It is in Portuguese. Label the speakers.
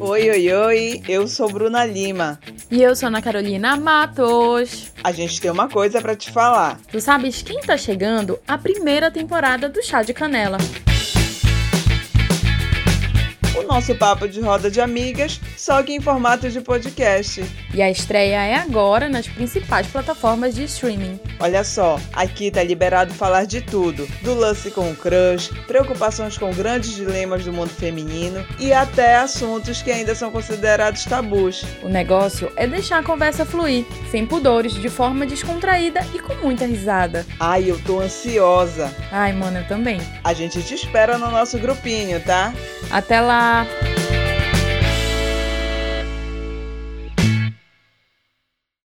Speaker 1: Oi, oi, oi, eu sou Bruna Lima.
Speaker 2: E eu sou Ana Carolina Matos.
Speaker 1: A gente tem uma coisa pra te falar.
Speaker 2: Tu sabes quem tá chegando? A primeira temporada do Chá de Canela.
Speaker 1: O nosso papo de roda de amigas, só que em formato de podcast.
Speaker 2: E a estreia é agora nas principais plataformas de streaming.
Speaker 1: Olha só, aqui tá liberado falar de tudo: do lance com o crush, preocupações com grandes dilemas do mundo feminino e até assuntos que ainda são considerados tabus.
Speaker 2: O negócio é deixar a conversa fluir, sem pudores, de forma descontraída e com muita risada.
Speaker 1: Ai, eu tô ansiosa.
Speaker 2: Ai, mano, eu também.
Speaker 1: A gente te espera no nosso grupinho, tá?
Speaker 2: Até lá!